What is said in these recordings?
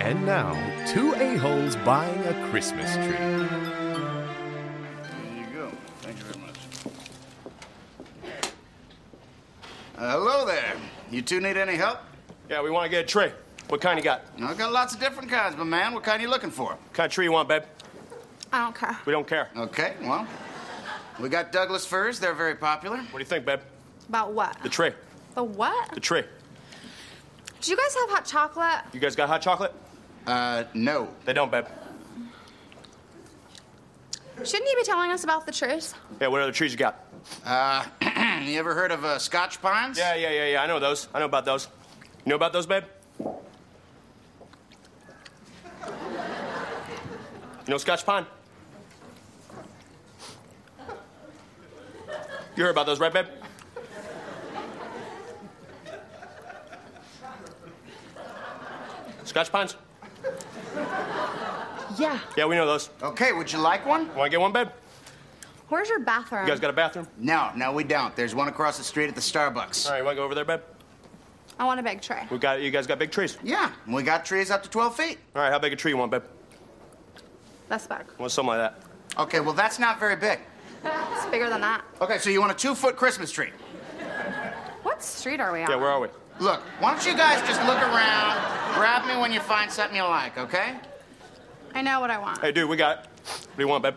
And now, two a-holes buying a Christmas tree. There you go. Thank you very much. Uh, hello there. You two need any help? Yeah, we want to get a tree. What kind you got? I've got lots of different kinds, but man, what kind you looking for? What kind of tree you want, babe? I don't care. We don't care. Okay, well, we got Douglas firs. They're very popular. What do you think, babe? About what? The tree. The what? The tree. Do you guys have hot chocolate? You guys got hot chocolate? Uh, no. They don't, babe. Shouldn't you be telling us about the truth? Yeah, what other trees you got? Uh, you ever heard of uh, Scotch pines? Yeah, yeah, yeah, yeah. I know those. I know about those. You know about those, babe? You know Scotch Pine? You heard about those, right, babe? Scotch Pines? Yeah. Yeah, we know those. Okay, would you like one? Want to get one, babe? Where's your bathroom? You guys got a bathroom? No, no, we don't. There's one across the street at the Starbucks. All right, you want to go over there, babe? I want a big tray. We got you guys got big trees. Yeah, we got trees up to 12 feet. All right, how big a tree you want, babe? That's big. Want something like that? Okay, well, that's not very big. It's bigger than that. Okay, so you want a two foot Christmas tree? What street are we on? Yeah, where are we? Look, why don't you guys just look around, grab me when you find something you like, okay? I know what I want. Hey, dude, we got. What do you want, babe?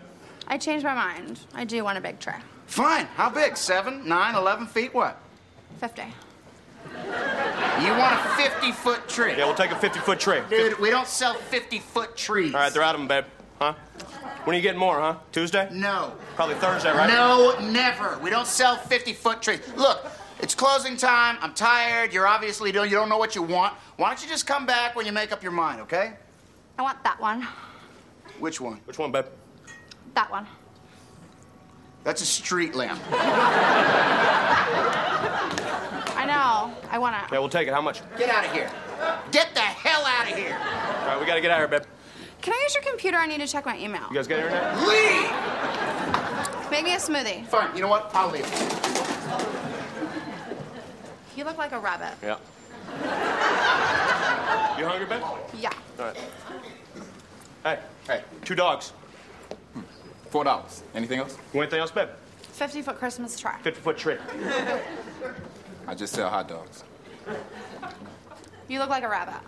I changed my mind. I do want a big tray. Fine. How big? Seven, nine, eleven feet? What? 50. You want a 50 foot tree? Yeah, we'll take a 50 foot tree. Dude, we don't sell 50 foot trees. All right, they're out of them, babe. Huh? When are you getting more, huh? Tuesday? No. Probably Thursday, right? No, never. We don't sell 50 foot trees. Look, it's closing time. I'm tired. You're obviously doing, you don't know what you want. Why don't you just come back when you make up your mind, okay? I want that one. Which one? Which one, babe? That one. That's a street lamp. I know. I want it. Yeah, we'll take it. How much? Get out of here. Get the hell out of here. All right, we gotta get out of here, babe. Can I use your computer? I need to check my email. You guys got internet? Leave! Make me a smoothie. Fine, you know what? I'll leave. You look like a rabbit. Yeah. You hungry, babe? All Yeah. right. Hey, Hey, two dogs. four dollars. Anything else? You want anything else, babe? 50 foot Christmas tray. 50 foot tree. I just sell hot dogs. You look like a rabbit.